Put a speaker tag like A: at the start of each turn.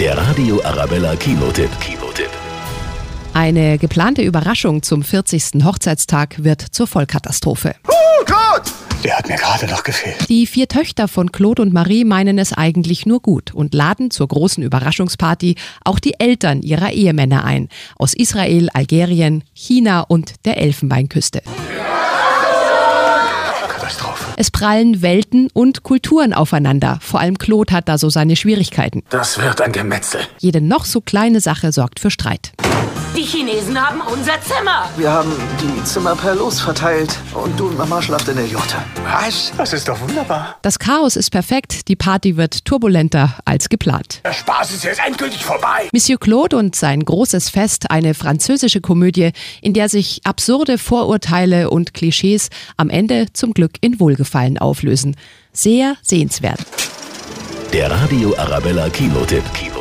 A: Der Radio Arabella Kinotipp. Kinotipp.
B: Eine geplante Überraschung zum 40. Hochzeitstag wird zur Vollkatastrophe.
C: Der hat mir gerade noch gefehlt.
B: Die vier Töchter von Claude und Marie meinen es eigentlich nur gut und laden zur großen Überraschungsparty auch die Eltern ihrer Ehemänner ein. Aus Israel, Algerien, China und der Elfenbeinküste.
C: Katastrophe.
B: Es prallen Welten und Kulturen aufeinander. Vor allem Claude hat da so seine Schwierigkeiten.
C: Das wird ein Gemetzel.
B: Jede noch so kleine Sache sorgt für Streit.
D: Die Chinesen haben unser Zimmer.
E: Wir haben die Zimmer per Los verteilt und du und Mama schlaft in der Jurte.
C: Was? Das ist doch wunderbar.
B: Das Chaos ist perfekt, die Party wird turbulenter als geplant.
C: Der Spaß ist jetzt endgültig vorbei.
B: Monsieur Claude und sein großes Fest, eine französische Komödie, in der sich absurde Vorurteile und Klischees am Ende zum Glück in Wohlgefallen auflösen. Sehr sehenswert.
A: Der Radio Arabella Kinotipp. Kinotipp.